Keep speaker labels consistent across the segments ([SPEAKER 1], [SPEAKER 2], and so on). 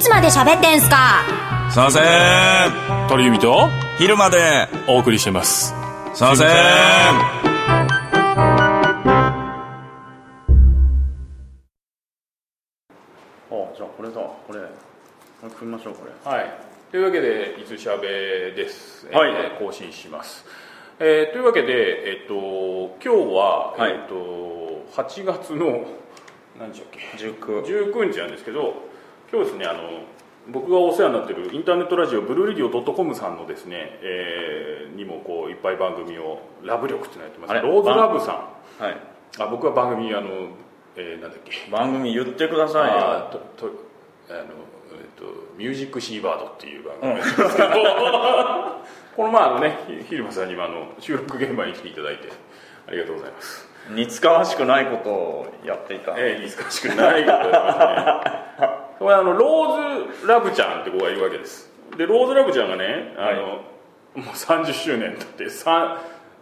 [SPEAKER 1] つまで喋ってんすか
[SPEAKER 2] すいません
[SPEAKER 3] 鳥海と
[SPEAKER 2] 昼まで
[SPEAKER 3] お送りしてます
[SPEAKER 2] すいません
[SPEAKER 4] あじゃあこれだこれこれ組みましょうこれ
[SPEAKER 3] はいというわけで「いつしゃべ」です、
[SPEAKER 4] はい
[SPEAKER 3] えー更新します、えーというわけで、えっと今日は、
[SPEAKER 4] はい
[SPEAKER 3] えっと8月の何でしたっけ
[SPEAKER 4] 19
[SPEAKER 3] 19日なんですけど今日ですねあの僕がお世話になってるインターネットラジオブルーレディオドットコムさんのですね、えーにもこういっぱい番組をラブ力っていうのやってます
[SPEAKER 4] あれ
[SPEAKER 3] ローズラブさ
[SPEAKER 4] はい
[SPEAKER 3] んあ僕は番組あの、えーなんだっけ
[SPEAKER 4] 番組言ってください
[SPEAKER 3] あーと
[SPEAKER 4] よ
[SPEAKER 3] とあの、えっと「ミュージックシーバード」っていう番組
[SPEAKER 4] うん
[SPEAKER 3] なんですけど、 この前あのねひ昼間さんにもあの収録現場に来ていただいてありがとうございます
[SPEAKER 4] 似つかわしくないことをやっていた
[SPEAKER 3] ええ難しくないことますね これあのローズ・ラブちゃんって子がいるわけですでローズ・ラブちゃんがねあの、もう30周年だってサ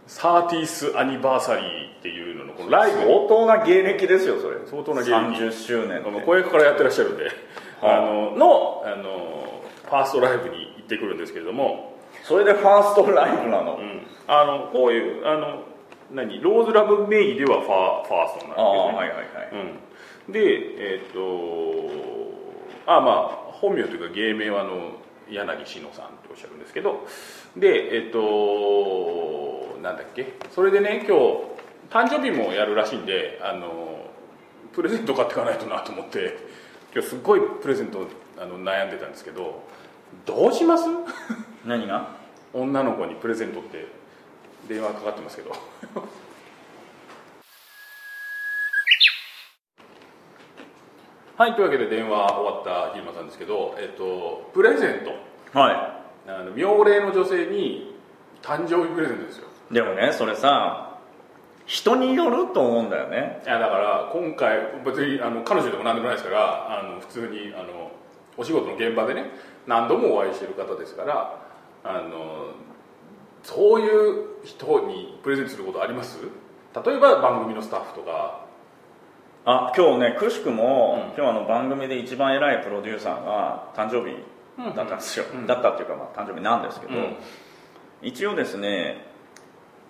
[SPEAKER 3] ーティースアニバーサリーっていうののこのライブを
[SPEAKER 4] 相当な芸歴ですよそれ
[SPEAKER 3] 相当な芸歴
[SPEAKER 4] 30周年
[SPEAKER 3] あの
[SPEAKER 4] で
[SPEAKER 3] 子役からやってらっしゃるんで、
[SPEAKER 4] はい
[SPEAKER 3] あののあのファーストライブに行ってくるんですけれども、
[SPEAKER 4] それでファーストライブなの、
[SPEAKER 3] うんあのこういうあの何ローズラブ名義ではファーファーストなん
[SPEAKER 4] ああ
[SPEAKER 3] ですね、
[SPEAKER 4] はいはいはい、
[SPEAKER 3] うん、でえっ、とあまあ本名というか芸名はあの柳志乃さんっておっしゃるんですけどでえっ、となんだっけそれでね今日誕生日もやるらしいんであのプレゼント買っていかないとなと思って今日すっごいプレゼントあの悩んでたんですけどどうします
[SPEAKER 4] 何が
[SPEAKER 3] 女の子にプレゼントって電話かかってますけど はいというわけで電話終わった日間さんですけど、えっと、プレゼント
[SPEAKER 4] は
[SPEAKER 3] あの妙齢の女性に誕生日プレゼントですよ
[SPEAKER 4] いでもねそれさ人によると思うんだよね
[SPEAKER 3] いやだから今回別にあの彼女でも何でもないですからあの普通にあのお仕事の現場でね何度もお会いしてる方ですからあのそういう人にプレゼントすることあります例えば番組のスタッフとか
[SPEAKER 4] あ今日ねくしくも、
[SPEAKER 3] うん
[SPEAKER 4] 今日あの番組で一番偉いプロデューサーが誕生日だったんですよ、
[SPEAKER 3] うんうん
[SPEAKER 4] だったっていうか、まあ、誕生日なんですけど、
[SPEAKER 3] うん
[SPEAKER 4] 一応ですね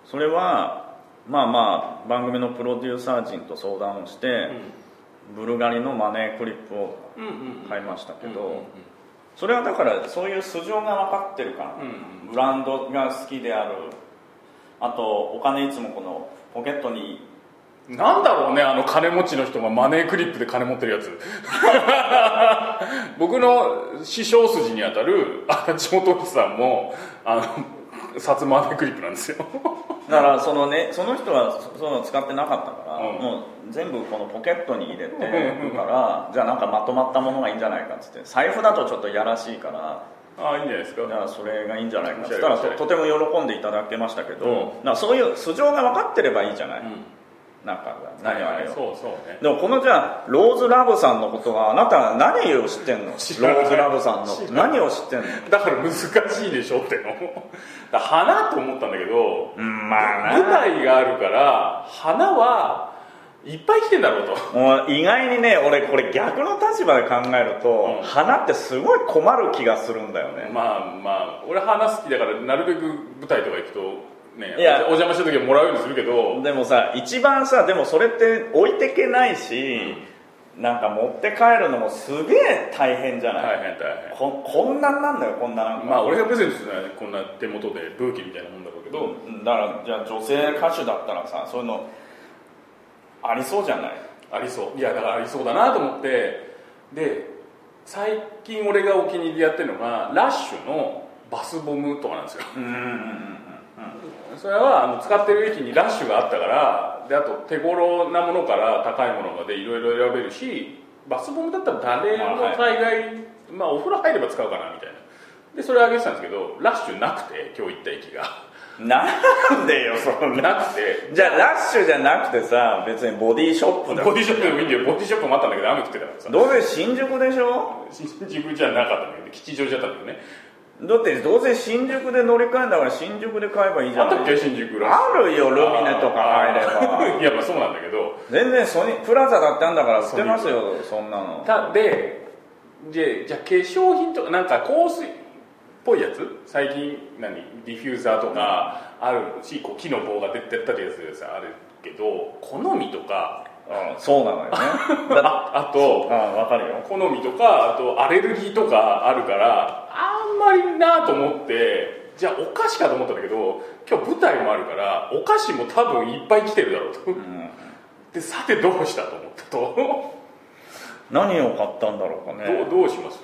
[SPEAKER 4] それはまあまあ番組のプロデューサー陣と相談をして、ブルガリのマネークリップを
[SPEAKER 3] うんうん
[SPEAKER 4] 買いましたけど、
[SPEAKER 3] うんうん
[SPEAKER 4] それはだからそういう素性が分かってるから、
[SPEAKER 3] うん
[SPEAKER 4] ブランドが好きであるあとお金いつもこのポケットに
[SPEAKER 3] うんなんだろうねあの金持ちの人がマネークリップで金持ってるやつ 僕の師匠筋にあたる足立元一さんもあの札マネークリップなんですよ
[SPEAKER 4] だからそのねその人はそそういうの使ってなかったから、
[SPEAKER 3] うん
[SPEAKER 4] もう全部このポケットに入れて
[SPEAKER 3] うん
[SPEAKER 4] るからじゃあなんかまとまったものがいいんじゃないかっつって財布だとちょっといやらしいから
[SPEAKER 3] ああいいんじゃないですか
[SPEAKER 4] じゃあそれがいいんじゃないかっつった
[SPEAKER 3] おしゃれおしゃ
[SPEAKER 4] ら
[SPEAKER 3] れ
[SPEAKER 4] とても喜んでいただけましたけど、
[SPEAKER 3] うん
[SPEAKER 4] だからそういう素性が分かってればいいじゃない、
[SPEAKER 3] う
[SPEAKER 4] なんか
[SPEAKER 3] ん、
[SPEAKER 4] 何をあ
[SPEAKER 3] は
[SPEAKER 4] れ
[SPEAKER 3] い
[SPEAKER 4] よ
[SPEAKER 3] そうそうね
[SPEAKER 4] でもこのじゃあローズラブさんのことはあなたは何を知ってんのロ
[SPEAKER 3] 知らない
[SPEAKER 4] ーズラブさん
[SPEAKER 3] 知
[SPEAKER 4] の
[SPEAKER 3] ら
[SPEAKER 4] 何を知ってんの
[SPEAKER 3] だから難しいでしょってのだ花と思ったんだけど
[SPEAKER 4] うんまあ
[SPEAKER 3] 舞台があるから花はいっぱい来てんだろうと
[SPEAKER 4] もう意外にね俺これ逆の立場で考えると、
[SPEAKER 3] うん
[SPEAKER 4] 花ってすごい困る気がするんだよね、
[SPEAKER 3] まあまあ俺花好きだからなるべく舞台とか行くとね
[SPEAKER 4] いや
[SPEAKER 3] お邪魔した時はもらうようにするけど
[SPEAKER 4] でもさ一番さでもそれって置いてけないし、なんか持って帰るのもすげえ大変じゃない、
[SPEAKER 3] 大変大変
[SPEAKER 4] ここんなんなんだよこんななんか、
[SPEAKER 3] まあ俺がプレゼントするのはこんな手元でブーケみたいなもんだろうけど、
[SPEAKER 4] うんだからじゃあ女性歌手だったらさそういうのありそうじゃない
[SPEAKER 3] ありそういやだからありそうだなと思ってで最近俺がお気に入りでやってるのがラッシュのバスボムとかなんですよ
[SPEAKER 4] うんうん
[SPEAKER 3] それはあの使ってる駅にラッシュがあったからであと手頃なものから高いものまでいろいろ選べるしバスボムだったら誰も大概、まあ、お風呂入れば使うかなみたいなでそれあげてたんですけどラッシュなくて今日行った駅 が
[SPEAKER 4] うんなんでよそんな
[SPEAKER 3] なくて
[SPEAKER 4] じゃあラッシュじゃなくてさ別にボディショップだ
[SPEAKER 3] ボディショップでもいいんだよボディショップもあったんだけど雨降ってたからさ
[SPEAKER 4] どうせ新宿でしょ
[SPEAKER 3] 新宿じゃなかったんだけど吉祥寺だったんだよね
[SPEAKER 4] だってどうせ新宿で乗り換えんだから新宿で買えばいいじゃ
[SPEAKER 3] あ
[SPEAKER 4] ん
[SPEAKER 3] ったっけ新宿ラッシュ
[SPEAKER 4] あるよルミネとか入れば
[SPEAKER 3] あー いやまあそうなんだけど
[SPEAKER 4] 全然ソニープラザだってあんだから捨てますよそんなの
[SPEAKER 3] たででじゃあ化粧品とかなんか香水っぽいやつ最近何ディフューザーとかあるし、こう木の棒が出てったってやつでさあるけど好みとか
[SPEAKER 4] うんそうなのよねだ
[SPEAKER 3] ああと
[SPEAKER 4] あ分かるよ
[SPEAKER 3] 好みとかあとアレルギーとかあるからあんまりなと思ってじゃあお菓子かと思ったんだけど今日舞台もあるからお菓子も多分いっぱい来てるだろうと、
[SPEAKER 4] うん
[SPEAKER 3] でさてどうしたと思ったと、
[SPEAKER 4] 何を買ったんだろうか
[SPEAKER 3] どう
[SPEAKER 4] ね
[SPEAKER 3] どうします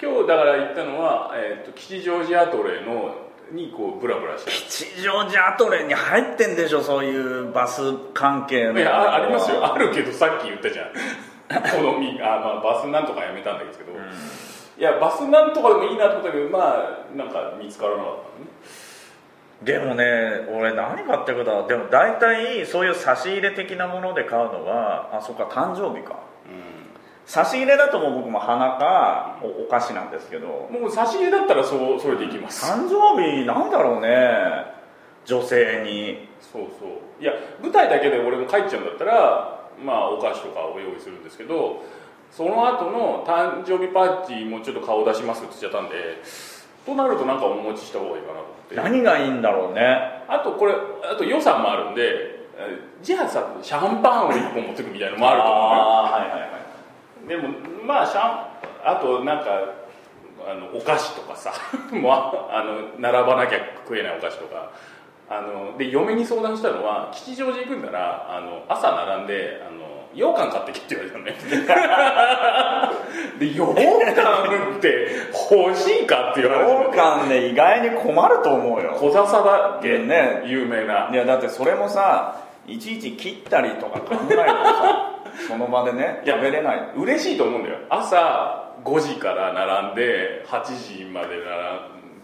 [SPEAKER 3] 今日だから行ったのは、えー、と吉祥寺アトレのにこうブラブラして
[SPEAKER 4] 吉祥寺アトレに入ってんでしょそういうバス関係の
[SPEAKER 3] いやあありますよあるけどさっき言ったじゃん好みあ、まあ、バスなんとかやめたんですけど、いやバスなんとかでもいいなと思ったけどまあなんか見つからなかったね
[SPEAKER 4] でもね俺何買ってくだでも大体そういう差し入れ的なもので買うのはあそっか誕生日か差し入れだともう僕も花かおお菓子なんですけど
[SPEAKER 3] もう差し入れだったらそうそれでいきます、
[SPEAKER 4] 誕生日なんだろうね女性に
[SPEAKER 3] そうそういや舞台だけで俺も帰っちゃうんだったらまあお菓子とかを用意するんですけどその後の誕生日パーティーもちょっと顔出しますって言っちゃったんでとなるとなんかお持ちした方がいいかなと思って
[SPEAKER 4] 何がいいんだろうね
[SPEAKER 3] あとこれあと予算もあるんでえじゃあさシャンパンを1本持ってくみたいなのもあると思うよ
[SPEAKER 4] あーはいはいはい
[SPEAKER 3] でもまあシャンあとなんかあのお菓子とかさ もうああの並ばなきゃ食えないお菓子とかあので嫁に相談したのは吉祥寺行くんならあの朝並んであの羊羹買ってきって言われたのね で羊羹って欲しいかって言われ
[SPEAKER 4] 羊
[SPEAKER 3] て
[SPEAKER 4] 羹ね意外に困ると思うよ
[SPEAKER 3] 小笹だっけ、
[SPEAKER 4] ね
[SPEAKER 3] 有名ない
[SPEAKER 4] やだってそれもさいちいち切ったりとか考える とさその場でね
[SPEAKER 3] いや
[SPEAKER 4] 食べれない
[SPEAKER 3] 嬉しいと思うんだよ朝5時から並んで8時まで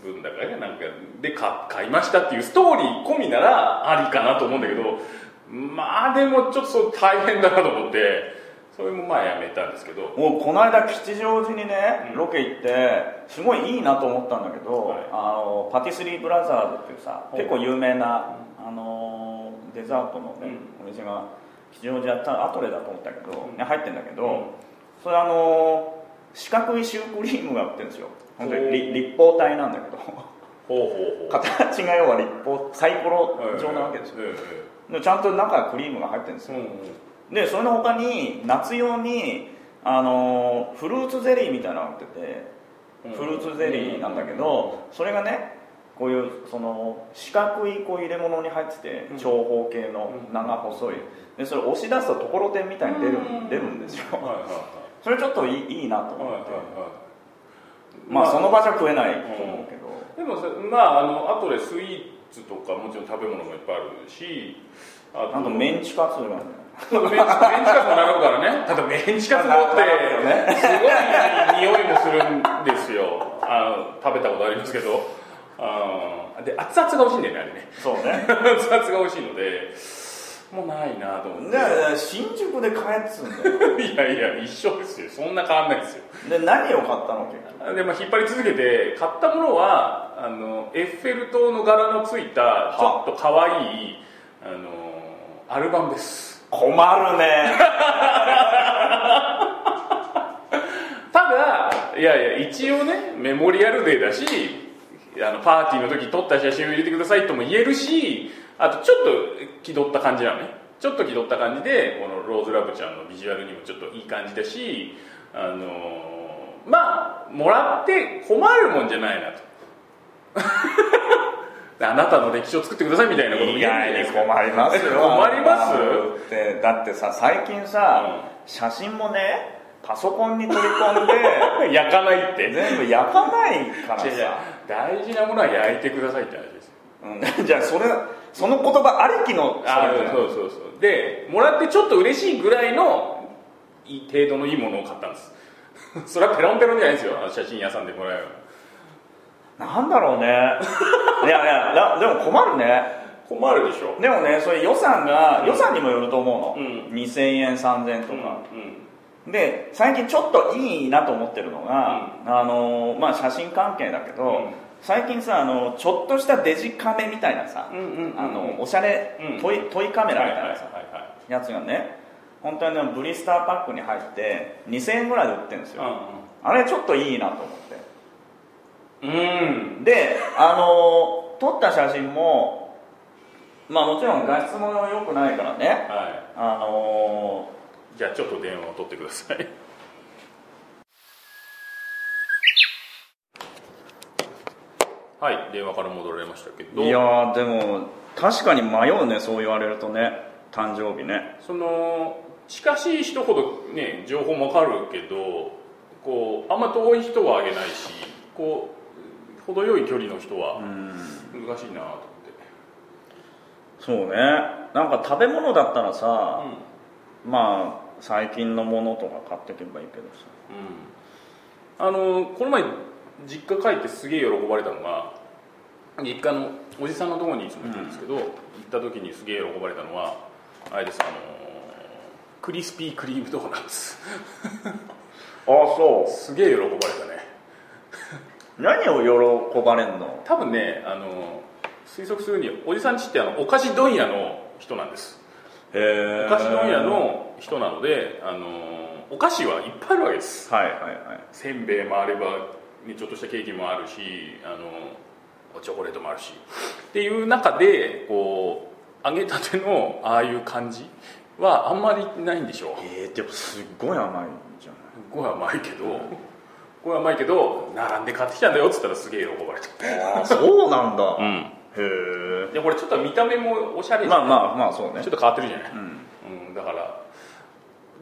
[SPEAKER 3] 並ぶんだからねなんかでか買いましたっていうストーリー込みならありかなと思うんだけどまあでもちょっとそう大変だなと思ってそれもまあやめたんですけど
[SPEAKER 4] もうこの間吉祥寺にね
[SPEAKER 3] うん
[SPEAKER 4] ロケ行ってすごいいいなと思ったんだけど、
[SPEAKER 3] はい
[SPEAKER 4] あのパティスリーブラザーズっていうさ
[SPEAKER 3] ほう
[SPEAKER 4] 結構有名なあのデザートのね、お店が吉祥寺やったアトレだと思ったけど、
[SPEAKER 3] うん
[SPEAKER 4] ね、入ってんだけど、
[SPEAKER 3] うん
[SPEAKER 4] それあの四角いシュークリームが売ってるんですよ本当に
[SPEAKER 3] ほ
[SPEAKER 4] り
[SPEAKER 3] う
[SPEAKER 4] 立方体なんだけど
[SPEAKER 3] ほうほうほ
[SPEAKER 4] 形が要は立方サイコロ
[SPEAKER 3] う
[SPEAKER 4] 状なわけですよ、
[SPEAKER 3] よ、え
[SPEAKER 4] でちゃんと中はクリームが入ってるんです
[SPEAKER 3] え
[SPEAKER 4] よ、
[SPEAKER 3] うんうん
[SPEAKER 4] でそれの他に夏用にあのフルーツゼリーみたいなのが売ってて
[SPEAKER 3] うん
[SPEAKER 4] フルーツゼリーなんだけど、それがねこういうその四角いこう入れ物に入ってて、
[SPEAKER 3] うん
[SPEAKER 4] 長方形の
[SPEAKER 3] うん
[SPEAKER 4] 長細いでそれ押し出すとところてんみたいに出る,、
[SPEAKER 3] うん
[SPEAKER 4] 出るんですよ
[SPEAKER 3] はいはい
[SPEAKER 4] それちょっといいいいなと
[SPEAKER 3] はい
[SPEAKER 4] 思
[SPEAKER 3] はい
[SPEAKER 4] って、
[SPEAKER 3] はいはい
[SPEAKER 4] まあその場じゃ食えないと思うけど、
[SPEAKER 3] でもさまああのあとでスイーツとかもちろん食べ物もいっぱいあるしあ
[SPEAKER 4] あとメンチカツがね
[SPEAKER 3] メンチメンチカツも並ぶからねただメンチカツ持って
[SPEAKER 4] 並
[SPEAKER 3] すごい匂いもするんですよあの食べたことありますけどあーで熱々が美味しいんだよねあれね
[SPEAKER 4] そうね
[SPEAKER 3] 熱々が美味しいのでもうないなと思って
[SPEAKER 4] だから新宿で買えっつうんだよ
[SPEAKER 3] いやいや一緒ですよそんな変わんないですよ
[SPEAKER 4] で何を買ったの結局
[SPEAKER 3] でまあ、引っ張り続けて買ったものはあのエッフェル塔の柄のついたちょっとかわいいあのアルバムです
[SPEAKER 4] 困るね
[SPEAKER 3] ただいやいや一応ねメモリアルデーだしあのパーティーの時撮った写真を入れてくださいとも言えるしあとちょっと気取った感じなのねちょっと気取った感じでこのローズラブちゃんのビジュアルにもちょっといい感じだしあのまあもらって困るもんじゃないな とあなたの歴史を作ってくださいみたいなことも
[SPEAKER 4] 意
[SPEAKER 3] 言えな
[SPEAKER 4] 外
[SPEAKER 3] いで
[SPEAKER 4] に
[SPEAKER 3] すか
[SPEAKER 4] 困りますよ
[SPEAKER 3] 困ります
[SPEAKER 4] ってだってさ最近さ、写真もねパソコンに取り込 んで
[SPEAKER 3] 焼かないって
[SPEAKER 4] 全部焼かないから
[SPEAKER 3] 違う違う
[SPEAKER 4] さ、
[SPEAKER 3] 大事なものは焼いてくださいって話です
[SPEAKER 4] うん、 じゃあそれその言葉ありきの
[SPEAKER 3] あ
[SPEAKER 4] それじゃん
[SPEAKER 3] そうそうそうでもらってちょっと嬉しいぐらいのいい程度のいいものを買ったんです それはペロンペロンじゃないですよあの写真屋さんでもらえる
[SPEAKER 4] なんだろ うねいやいやだでも困るね
[SPEAKER 3] 困るでしょ
[SPEAKER 4] でもねそれ予算が予算にもよると思うの、
[SPEAKER 3] う
[SPEAKER 4] 2000円3000円と
[SPEAKER 3] と
[SPEAKER 4] か、
[SPEAKER 3] かう
[SPEAKER 4] で最近ちょっといいなと思ってるのが、あのーまあ、写真関係だけど、
[SPEAKER 3] うん
[SPEAKER 4] 最近さあのちょっとしたデジカメみたいなさ、
[SPEAKER 3] んうんうんうん
[SPEAKER 4] あのおしゃれ、
[SPEAKER 3] うん
[SPEAKER 4] トイトイカメラみたいなさ、
[SPEAKER 3] はいはいはいはい
[SPEAKER 4] やつがね本当にあのブリスターパックに入って2000円ぐらいで売ってるんですよ、
[SPEAKER 3] う
[SPEAKER 4] あれちょっといいなと思って
[SPEAKER 3] んうん
[SPEAKER 4] であのー撮った写真もまあもちろん画質も良くないからね
[SPEAKER 3] は
[SPEAKER 4] あの
[SPEAKER 3] いじゃあちょっと電話を取ってくださ いはい電話から戻られましたけど
[SPEAKER 4] ーいやーでも確かに迷うねそう言われるとね誕生日ね
[SPEAKER 3] その近しい人ほどね情報もわかるけどこうあんま遠い人はあげないしこう程よい距離の人は
[SPEAKER 4] うん
[SPEAKER 3] 難しいなと思って、
[SPEAKER 4] そうねなんか食べ物だったらさ、
[SPEAKER 3] うん
[SPEAKER 4] まあ最近のものとか買ってけばいいけどさ
[SPEAKER 3] うん、あのこの前実家帰ってすげえ喜ばれたのが実家のおじさんのところにいつも行くんですけど、行った時にすげえ喜ばれたのはあれですあのクリスピークリームドーナツ
[SPEAKER 4] あそ
[SPEAKER 3] すげえ喜ばれたね
[SPEAKER 4] う何を喜ばれんの
[SPEAKER 3] 多分ねあの推測するにおじさんちってあのお菓子問屋の人なんです
[SPEAKER 4] へ
[SPEAKER 3] お
[SPEAKER 4] え
[SPEAKER 3] 菓子問屋の人なのであのお菓子はいっぱいあるわけです
[SPEAKER 4] はいはいはい
[SPEAKER 3] せんべいもあれば、ね、ちょっとしたケーキもあるしあのチョコレートもあるしっていう中でこう揚げたてのああいう感じはあんまりないんでしょう
[SPEAKER 4] えー、でもすっごい甘いんじゃない
[SPEAKER 3] ご飯甘いけどご飯甘いけど並んで買ってきたんだよっつったらすげえ喜ばれた、
[SPEAKER 4] あそうなんだ、へ
[SPEAKER 3] ん、
[SPEAKER 4] え
[SPEAKER 3] でこれちょっと見た目もおしゃれじゃ
[SPEAKER 4] ま
[SPEAKER 3] ん
[SPEAKER 4] あまあまあそうね
[SPEAKER 3] ちょっと変わってるじゃない、うんだから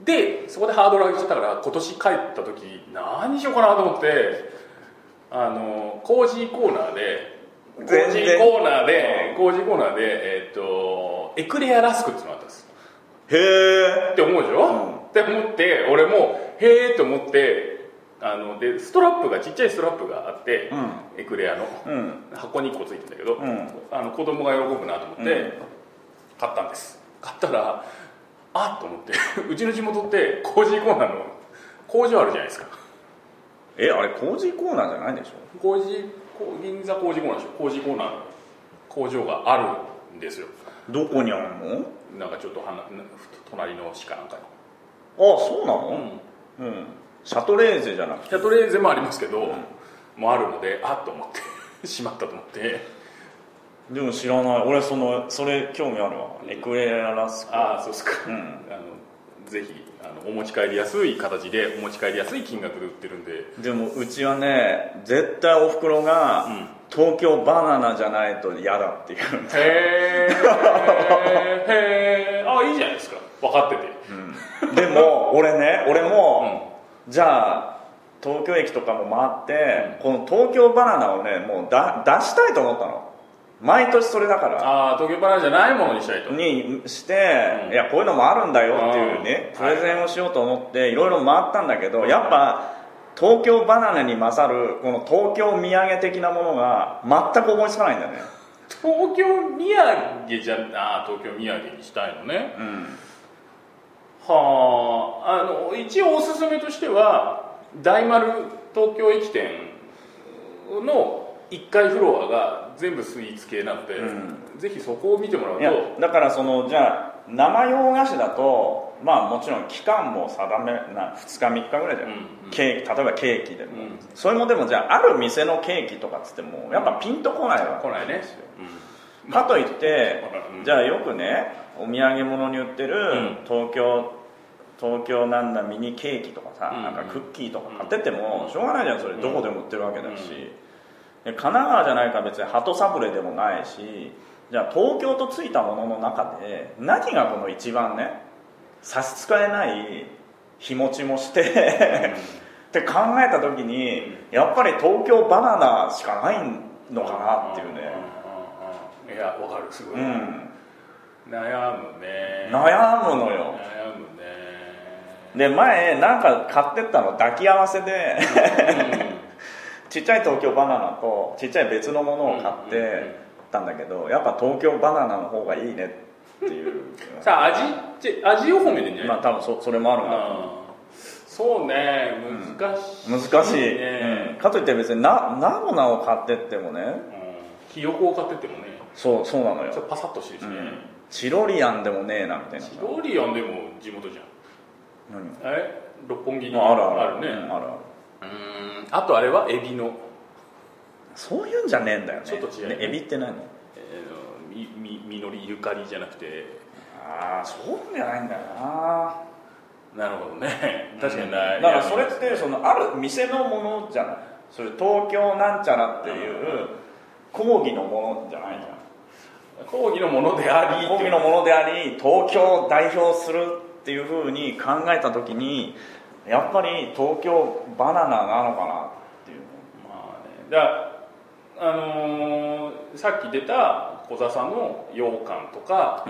[SPEAKER 3] でそこでハードル上げちゃったから今年帰った時何にしようかなと思ってあのコージーコーナーでコー
[SPEAKER 4] 全
[SPEAKER 3] ジ
[SPEAKER 4] 然
[SPEAKER 3] ーコーナーでコージーコーナーでえっ、とエクレアラスクっていうのがあったんです
[SPEAKER 4] へえ
[SPEAKER 3] って思うでしょ、
[SPEAKER 4] うん
[SPEAKER 3] って思って俺もへえって思ってあのでストラップがちっちゃいストラップがあって、エクレアの
[SPEAKER 4] うん
[SPEAKER 3] 箱に1個ついてんだけど、
[SPEAKER 4] うん
[SPEAKER 3] あの子供が喜ぶなと思って、
[SPEAKER 4] うん
[SPEAKER 3] 買ったんです買ったらあっと思って うちの地元って工事コーナーの工場あるじゃないですか
[SPEAKER 4] えあれ工事コーナーじゃないでしょ
[SPEAKER 3] 工事こう銀座工事コーナーでしょ工事コーナーの工場があるんですよ
[SPEAKER 4] どこにあるの
[SPEAKER 3] なんかちょっとはな隣の市かなんか
[SPEAKER 4] あそうな
[SPEAKER 3] に、う
[SPEAKER 4] の
[SPEAKER 3] ん
[SPEAKER 4] うん、シャトレーゼじゃなくて
[SPEAKER 3] シャトレーゼもありますけど、もあるのであっと思って しまったと思って
[SPEAKER 4] でも知らない俺そのそれ興味あるわエクレアラスク
[SPEAKER 3] ああそうですか、
[SPEAKER 4] うん
[SPEAKER 3] あのぜひあのお持ち帰りやすい形でお持ち帰りやすい金額で売ってるんで
[SPEAKER 4] でもうちはね絶対おふくろが、
[SPEAKER 3] ん
[SPEAKER 4] 東京バナナじゃないと嫌だって言うんだ
[SPEAKER 3] へえへえあいいじゃないですか分かってて、
[SPEAKER 4] でも俺ね俺も、じゃあ東京駅とかも回って、この東京バナナをねもうだ出したいと思ったの毎年それだから
[SPEAKER 3] ああ東京バナナじゃないものにしたいと
[SPEAKER 4] にして、
[SPEAKER 3] うん
[SPEAKER 4] いやこういうのもあるんだよっていうね
[SPEAKER 3] うん
[SPEAKER 4] プレゼンをしようと思っていろいろ回ったんだけど、やっぱ東京バナナに勝るこの東京土産的なものが全く思いつかないんだよね
[SPEAKER 3] 東京土産じゃああ東京土産にしたいのね
[SPEAKER 4] うん
[SPEAKER 3] はああの一応おすすめとしては大丸東京駅店の1階フロアが全部スイーツ系なので、
[SPEAKER 4] う
[SPEAKER 3] ぜひそこを見てもらう
[SPEAKER 4] いや
[SPEAKER 3] と
[SPEAKER 4] だからそのじゃあ生洋菓子だとまあもちろん期間も定めな2日3日ぐらいじゃん、
[SPEAKER 3] うんうん
[SPEAKER 4] ケーキ例えばケーキでも、
[SPEAKER 3] うん
[SPEAKER 4] それもでもじゃあある店のケーキとかっつってもやっぱピンとこないわけ
[SPEAKER 3] 来ないね、
[SPEAKER 4] かといって
[SPEAKER 3] うん
[SPEAKER 4] じゃあよくねお土産物に売ってる
[SPEAKER 3] ん
[SPEAKER 4] 東京、東京なんだミニケーキとかさ、
[SPEAKER 3] うん
[SPEAKER 4] なんかクッキーとか買ってっても
[SPEAKER 3] うん
[SPEAKER 4] しょうがないじゃんそれ
[SPEAKER 3] うん
[SPEAKER 4] どこでも売ってるわけだし、で神奈川じゃないから別に鳩サブレでもないしじゃあ東京とついたものの中で何がこの一番ね差し支えない日持ちもして って考えた時にやっぱり東京バナナしかないのかなっていうね
[SPEAKER 3] うんうんうんいやわかるすごい、
[SPEAKER 4] うん
[SPEAKER 3] 悩むね
[SPEAKER 4] 悩むのよ
[SPEAKER 3] 悩むね
[SPEAKER 4] で前なんか買ってったの抱き合わせで ちっちゃい東京バナナとちっちゃい別のものを
[SPEAKER 3] う
[SPEAKER 4] 買っ
[SPEAKER 3] んうんうん
[SPEAKER 4] てたんだけどやっぱ東京バナナの方がいいねっていう
[SPEAKER 3] さあ味って味を褒めてんじゃない、
[SPEAKER 4] まあ多分そそれもあるんだ
[SPEAKER 3] あーそうね難しい、ね
[SPEAKER 4] 難しい、うんかといって別になナボナを買ってってもね
[SPEAKER 3] うんひよこを買ってってもね
[SPEAKER 4] そうそうなの
[SPEAKER 3] ちょっと
[SPEAKER 4] よ
[SPEAKER 3] パサッとしてるしね、
[SPEAKER 4] うんチロリアンでもねえなみたいな
[SPEAKER 3] シロリアンでも地元じゃん
[SPEAKER 4] 何
[SPEAKER 3] え六本木に
[SPEAKER 4] ああるある
[SPEAKER 3] ね
[SPEAKER 4] うんあるある
[SPEAKER 3] うんあとあれはエビの、
[SPEAKER 4] そういうんじゃねえんだよね
[SPEAKER 3] ちょっと違う
[SPEAKER 4] ねエビって何
[SPEAKER 3] えーみみみのりゆかりじゃなくて
[SPEAKER 4] ああそういうんじゃないんだよな
[SPEAKER 3] なるほどね確かにない、
[SPEAKER 4] だからそれってそのある店のものじゃないそれ東京なんちゃらっていう講義のものじゃないじゃん
[SPEAKER 3] 講義のものであり
[SPEAKER 4] 講義のものであり東京を代表するっていうふうに考えた時にやっぱり東京バナナなのかなっていう
[SPEAKER 3] まあねだからあのーさっき出た小笹の羊羹とか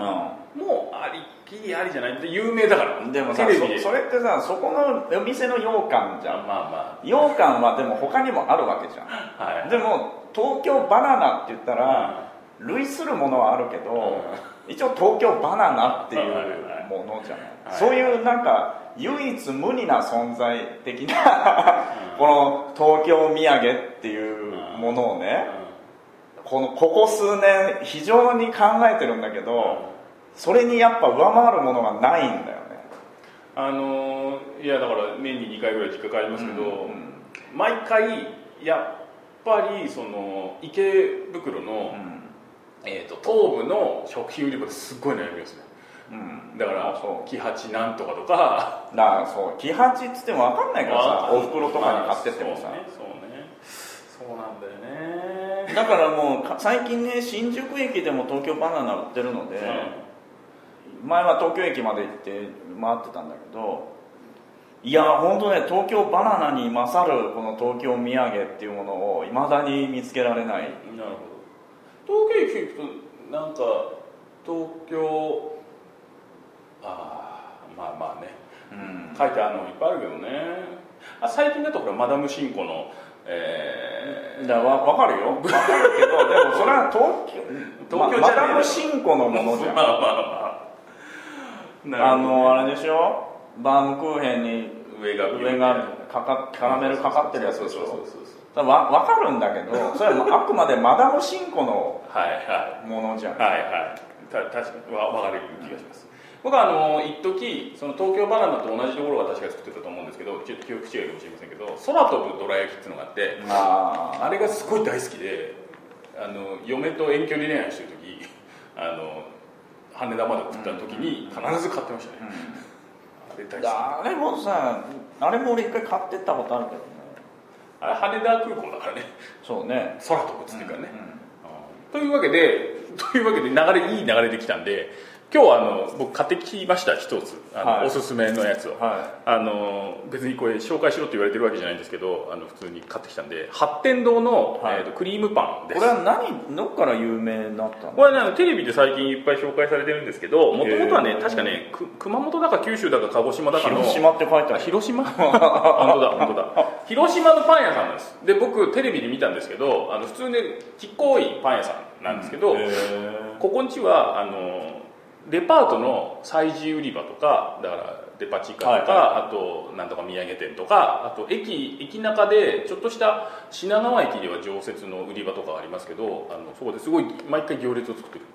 [SPEAKER 3] もうありっきりありじゃないって有名だから
[SPEAKER 4] でもさ
[SPEAKER 3] テレビで
[SPEAKER 4] そそれってさそこのお店の羊羹じ
[SPEAKER 3] ま
[SPEAKER 4] ゃ
[SPEAKER 3] あ
[SPEAKER 4] ん
[SPEAKER 3] ま
[SPEAKER 4] 羊羹はでも他にもあるわけじゃ
[SPEAKER 3] あはい
[SPEAKER 4] んでも東京バナナって言ったら
[SPEAKER 3] あ
[SPEAKER 4] 類するものはあるけど、一応東京バナナっていうものじゃない、
[SPEAKER 3] はい
[SPEAKER 4] そういうなんか唯一無二な存在的な この東京土産っていうものをねこのここ数年非常に考えてるんだけどそれにやっぱ上回るものがないんだよね
[SPEAKER 3] あのーいやだから年に2回ぐらい実家帰りますけど、
[SPEAKER 4] うん
[SPEAKER 3] 毎回やっぱりその池袋の、えー、と東部の食品売り場ですっごい悩みますね
[SPEAKER 4] うん、うん
[SPEAKER 3] だから
[SPEAKER 4] そう
[SPEAKER 3] 喜八なんとかとか
[SPEAKER 4] だからそう喜八っつっても分かんないからさ
[SPEAKER 3] あ
[SPEAKER 4] お袋とかに買ってってもさ、
[SPEAKER 3] まあそうねそうねそうなんだよね
[SPEAKER 4] だからもうか最近ね新宿駅でも東京バナナ売ってるので、前は東京駅まで行って回ってたんだけどいや本当ね東京バナナに勝るこの東京土産っていうものをいまだに見つけられない
[SPEAKER 3] うんなるほど東京駅行くとなんか東京ああまあまあね
[SPEAKER 4] うん
[SPEAKER 3] 書いてあるのいっぱいあるけどねあ最近だとほらマダムシンコのえー
[SPEAKER 4] だわ分かるよ分かるけどでもそれは東京
[SPEAKER 3] 東京
[SPEAKER 4] ま
[SPEAKER 3] じゃねえよ
[SPEAKER 4] マダムシンコのものじゃん
[SPEAKER 3] まあまあまあ
[SPEAKER 4] あの
[SPEAKER 3] あ
[SPEAKER 4] あれでしょバウムクーヘンに
[SPEAKER 3] 上が
[SPEAKER 4] 上がかかカラメルかかってるやつでし
[SPEAKER 3] そうそうそ
[SPEAKER 4] ょ
[SPEAKER 3] うそう
[SPEAKER 4] だからわ分かるんだけどそれはあくまでマダムシンコの
[SPEAKER 3] はいはい
[SPEAKER 4] ものじゃん
[SPEAKER 3] はいはいた確かにわ分かる気がします僕はあの一時その東京バナナと同じところが確か作ってたと思うんですけどちょっと記憶違いかもしれませんけど空飛ぶどら焼きっていうのがあって
[SPEAKER 4] あー
[SPEAKER 3] あれがすごい大好きであの嫁と遠距離恋愛してる時 あの羽田まで送った時に必ず買ってましたね、あれ大好き
[SPEAKER 4] あれもさあれも俺一回買ってったことあるけどね
[SPEAKER 3] あれ羽田空港だからね
[SPEAKER 4] そうね
[SPEAKER 3] 空飛ぶっつってるからね、というわけで というわけで流れいい流れできたんで今日はあの僕買ってきました一つあの、
[SPEAKER 4] はい
[SPEAKER 3] おすすめのやつを、
[SPEAKER 4] は
[SPEAKER 3] あの別にこれ紹介しろって言われてるわけじゃないんですけどあの普通に買ってきたんで発展堂の、
[SPEAKER 4] はい
[SPEAKER 3] えーとクリームパン
[SPEAKER 4] こ
[SPEAKER 3] で
[SPEAKER 4] れ
[SPEAKER 3] す
[SPEAKER 4] は何どっから有名になった
[SPEAKER 3] こ
[SPEAKER 4] の
[SPEAKER 3] れねあのテレビで最近いっぱい紹介されてるんですけどもともとは
[SPEAKER 4] へ
[SPEAKER 3] ね
[SPEAKER 4] ー
[SPEAKER 3] 確かねく熊本だか九州だか鹿児島だかの
[SPEAKER 4] 広島って書いてあ
[SPEAKER 3] あ
[SPEAKER 4] る
[SPEAKER 3] 広島 本当だ本当だ広島のパン屋さんなんですで僕テレビで見たんですけどあの普通ねちっこいパン屋さんなんですけど、ここんちはあのデパートの催事売り場とかだからデパ地下とか、
[SPEAKER 4] はいはい
[SPEAKER 3] あとなんとか土産店とかあと駅駅中でちょっとした品川駅では常設の売り場とかありますけどあのそこですごい毎回行列を作ってる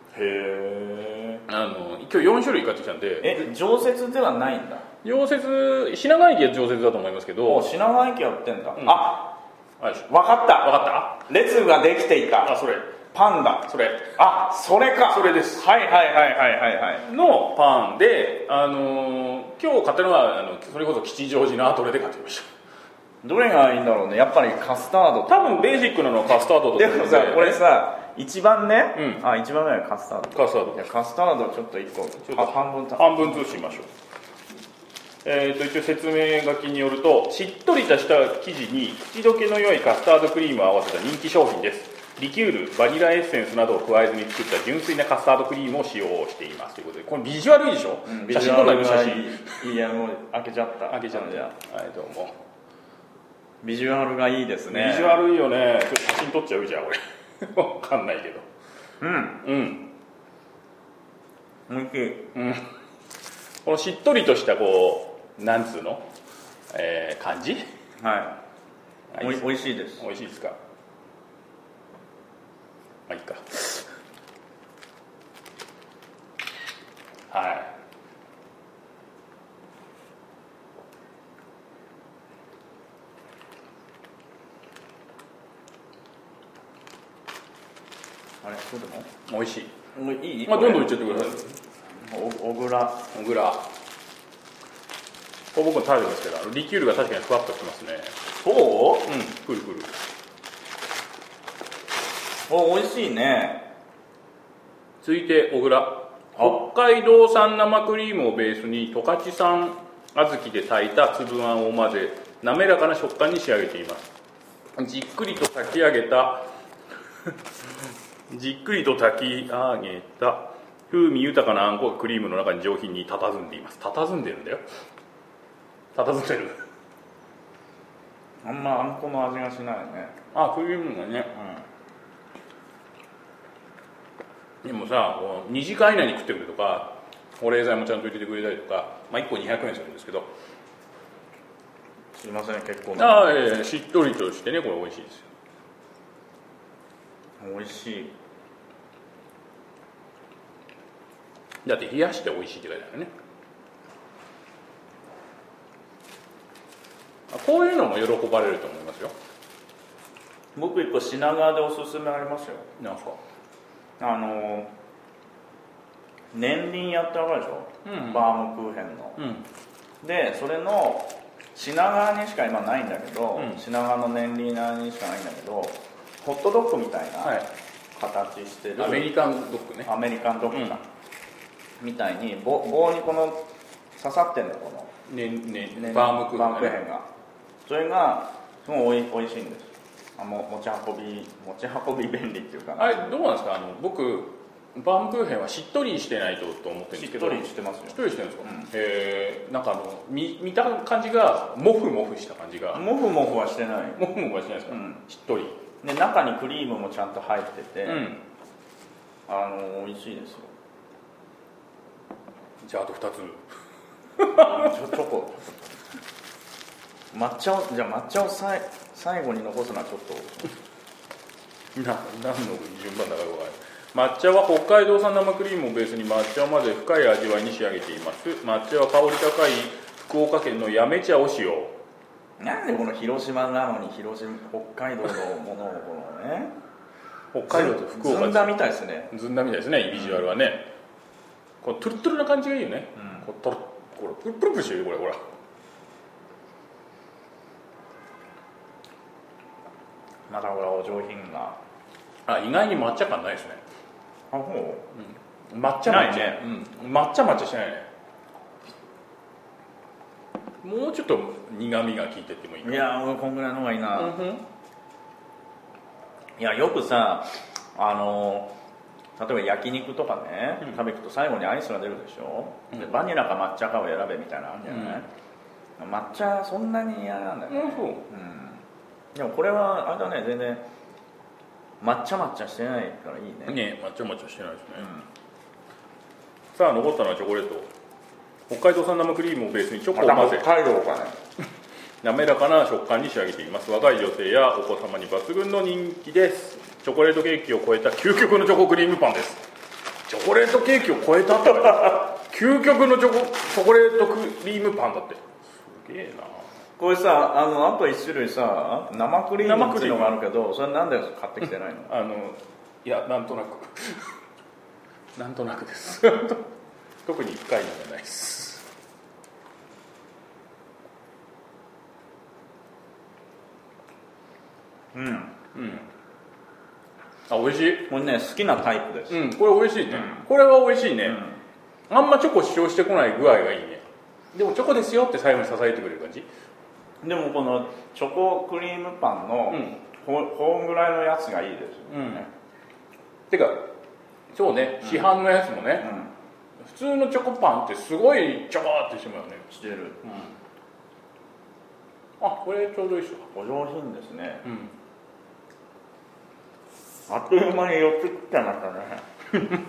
[SPEAKER 4] へ
[SPEAKER 3] あの今日4種類買ってきたんで
[SPEAKER 4] え常設ではないんだ
[SPEAKER 3] 常設品川駅は常設だと思いますけ
[SPEAKER 4] お
[SPEAKER 3] ど
[SPEAKER 4] 品川駅は売ってんだ、
[SPEAKER 3] ん
[SPEAKER 4] あ
[SPEAKER 3] あれでしょ
[SPEAKER 4] 分かっ
[SPEAKER 3] 分
[SPEAKER 4] た
[SPEAKER 3] か
[SPEAKER 4] 列ができてい
[SPEAKER 3] ったあ
[SPEAKER 4] た
[SPEAKER 3] それ
[SPEAKER 4] パンだ
[SPEAKER 3] それ
[SPEAKER 4] あそれか
[SPEAKER 3] それです
[SPEAKER 4] はいはいはいはいはいはい
[SPEAKER 3] のパンで、あのー今日買ったのはあのそれこそ吉祥寺のアトレで買ってきました
[SPEAKER 4] どれがいいんだろうねやっぱりカスタードと
[SPEAKER 3] 多分ベーシックなのはカスタードと
[SPEAKER 4] でもさこれさ一番ね、
[SPEAKER 3] う
[SPEAKER 4] あ一番目はカスタード
[SPEAKER 3] カスタード
[SPEAKER 4] いやカスタードちょっと一個
[SPEAKER 3] ょっと
[SPEAKER 4] あ半分た
[SPEAKER 3] 半分ずつしましょうえー、と一応説明書きによるとしっとりとした生地に口どけの良いカスタードクリームを合わせた人気商品ですリキュールバニラエッセンスなどを加えずに作った純粋なカスタードクリームを使用していますということでこれビジュアルいいでしょ、写真撮んないの写真
[SPEAKER 4] 真いやもう開けちゃった
[SPEAKER 3] 開けちゃって
[SPEAKER 4] じ
[SPEAKER 3] は
[SPEAKER 4] ゃあ
[SPEAKER 3] いどうも、
[SPEAKER 4] ビジュアルがいいですね
[SPEAKER 3] ビジュアルいいよねちょっと写真撮っちゃうじゃん俺 わかんないけどうん
[SPEAKER 4] うん美味しい
[SPEAKER 3] うんこのしっとりとしたこうなんつうの、えー、感じ
[SPEAKER 4] は
[SPEAKER 3] はい
[SPEAKER 4] いおい美味しいです
[SPEAKER 3] 美味しいですかまあいいか
[SPEAKER 4] そうでも
[SPEAKER 3] 美味しい
[SPEAKER 4] もういい
[SPEAKER 3] まあどんどんいっ
[SPEAKER 4] い
[SPEAKER 3] ちゃってください
[SPEAKER 4] 小倉
[SPEAKER 3] 小倉これ僕も食べてますけどあのリキュールが確かにふわっときますね
[SPEAKER 4] お
[SPEAKER 3] うんくるくる
[SPEAKER 4] お美味しいね
[SPEAKER 3] 続いて小倉北海道産生クリームをベースに十勝産小豆で炊いた粒あんを混ぜ滑らかな食感に仕上げていますじっくりと炊き上げた じっくりと炊き上げた風味豊かなあんこがクリームの中に上品に佇んでいます佇んでるんだよ佇んでる
[SPEAKER 4] あんまあんこの味がしないね
[SPEAKER 3] あクリームがねでもさこう2時間以内に食ってくれとか保冷剤もちゃんと入れてくれたりとか、まあ、1個200円するんですけど
[SPEAKER 4] すいません結構な
[SPEAKER 3] ああ、ええしっとりとしてねこれ美味しいですよ
[SPEAKER 4] 美味しい
[SPEAKER 3] だって冷やして美味しいって書いてあるねあこういうのも喜ばれると思いますよ
[SPEAKER 4] 僕一個品川でおすすめありますよ
[SPEAKER 3] なんすか
[SPEAKER 4] あの年輪やってわかるでしょ、
[SPEAKER 3] うん
[SPEAKER 4] バームクーヘンの
[SPEAKER 3] うん
[SPEAKER 4] でそれの品川にしか今ないんだけど、
[SPEAKER 3] うん
[SPEAKER 4] 品川の年輪側にしかないんだけどホットドッグみたい
[SPEAKER 3] は
[SPEAKER 4] ない形してる、
[SPEAKER 3] アメリカンドッグね
[SPEAKER 4] アメリカンドッグか、みたいに棒棒にこの刺さってんだこの
[SPEAKER 3] ねね
[SPEAKER 4] ね
[SPEAKER 3] バームクーヘン
[SPEAKER 4] バームクー
[SPEAKER 3] ね
[SPEAKER 4] ヘンがそれがすごいおいおいしいんですあも持ち運び持ち運び便利っていうかな
[SPEAKER 3] あれどうなんですかあの僕バームクーヘンはしっとりしてないとと思ってるんで
[SPEAKER 4] しっ
[SPEAKER 3] すけ
[SPEAKER 4] と
[SPEAKER 3] ど
[SPEAKER 4] りしてますよ
[SPEAKER 3] しっとりしてるんですか、へえなんかあの見見た感じがモフモフした感じが
[SPEAKER 4] もふもふはしてない
[SPEAKER 3] モフモフはしないですか、
[SPEAKER 4] うん
[SPEAKER 3] しっとり
[SPEAKER 4] で中にクリームもちゃんと入ってて、
[SPEAKER 3] うん
[SPEAKER 4] あの美味しいですよ
[SPEAKER 3] じゃああと2つ
[SPEAKER 4] ちょチョコ抹茶をじゃあ抹茶をさい最後に残すのはちょっと
[SPEAKER 3] な 何の順番だかよくわかんない抹茶は北海道産生クリームをベースに抹茶を混ぜ深い味わいに仕上げています抹茶は香り高い福岡県の八女茶を使用
[SPEAKER 4] なんでこの広島なのに広島北海道のものをこのね
[SPEAKER 3] 北海道と福
[SPEAKER 4] ず
[SPEAKER 3] 岡
[SPEAKER 4] んだみたいですね
[SPEAKER 3] ずんだみたいですねビジュアルはね、このトゥルトゥルな感じがいいよね、こうトロこれプルプルプルしてるよこれほら
[SPEAKER 4] まだほらお上品な
[SPEAKER 3] あ意外に抹茶感ないですね
[SPEAKER 4] あほ
[SPEAKER 3] 抹茶抹茶
[SPEAKER 4] ないね
[SPEAKER 3] うん、抹茶抹茶してないねもうちょっと苦みが効いてってもいいか
[SPEAKER 4] ういや俺こんぐらいの方がいいな、
[SPEAKER 3] うんふん
[SPEAKER 4] いやよくさあの例えば焼肉とかね、
[SPEAKER 3] うん
[SPEAKER 4] 食べに行くと最後にアイスが出るでしょ、
[SPEAKER 3] うん
[SPEAKER 4] でバニラか抹茶かを選べみたいなのあるんじゃない、抹茶そんなに嫌なんだよね、
[SPEAKER 3] うんそう
[SPEAKER 4] うんでもこれはあれだね全然抹茶抹茶してないからいいね
[SPEAKER 3] ねえまちょまちょしてないですね、さあ残ったのはチョコレート北海道産生クリームをベースにチョコを混ぜ
[SPEAKER 4] 北海道かね
[SPEAKER 3] 滑らかな食感に仕上げています若い女性やお子様に抜群の人気ですチョコレートケーキを超えた究極のチョコクリームパンですチョコレートケーキを超えたって書いてある究極のチョコチョコレートクリームパンだってすげえな
[SPEAKER 4] これさあのあと1種類さ生クリームっていうのがあるけどそれなんで買ってきてないの
[SPEAKER 3] あのいやなんとなくなんとなくです 特に深いのじゃないです
[SPEAKER 4] うん
[SPEAKER 3] あ美味しい
[SPEAKER 4] これね好きなタイプです、
[SPEAKER 3] うんこれ美味しいね、これは美味しいね、あんまチョコ主張してこない具合がいいねでもチョコですよって最後に支えてくれる感じ
[SPEAKER 4] でもこのチョコクリームパンの、
[SPEAKER 3] うん
[SPEAKER 4] ここんぐらいのやつがいいですよね、
[SPEAKER 3] てかそうね市販のやつもね、
[SPEAKER 4] うん
[SPEAKER 3] 普通のチョコパンってすごいチョコってしてもらうね
[SPEAKER 4] してる
[SPEAKER 3] あこれちょうどいいっすわ
[SPEAKER 4] お上品ですね
[SPEAKER 3] うん
[SPEAKER 4] あっという間に4つ食っちゃいましたね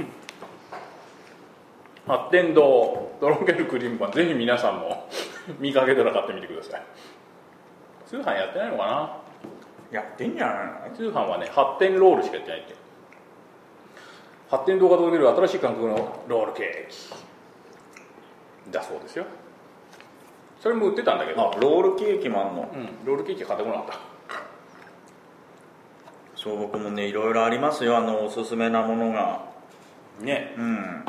[SPEAKER 3] 発展堂とろけるクリームパンぜひ皆さんも 見かけたら買ってみてください通販やってないのかな
[SPEAKER 4] やってんじゃないの
[SPEAKER 3] 通販はね発展ロールしかやってないって発展動画届ける新しい感覚のロールケーキだそうですよそれも売ってたんだけど、
[SPEAKER 4] あロールケーキもあんの
[SPEAKER 3] うん、ロールケーキ買ってこなかった
[SPEAKER 4] そう僕もねいろいろありますよあのおすすめなものが
[SPEAKER 3] ね
[SPEAKER 4] うん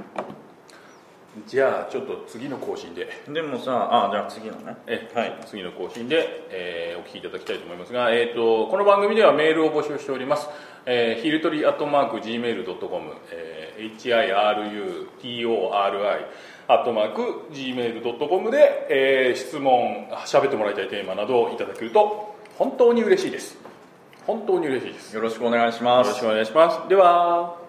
[SPEAKER 3] じゃあちょっと次の更新で
[SPEAKER 4] でもさあじゃあ次のね
[SPEAKER 3] え
[SPEAKER 4] はい
[SPEAKER 3] 次の更新で、えーお聞きいただきたいと思いますが、えー、とこの番組ではメールを募集しております、えー、ひるとりアットマーク Gmail.com、えー hirutori アットマーク Gmail.com で、えー質問喋ってもらいたいテーマなどをいただけると本当に嬉しいです本当に嬉しいですよ
[SPEAKER 4] よろしくお願いしま
[SPEAKER 3] ろ
[SPEAKER 4] す
[SPEAKER 3] しくお願いしますでは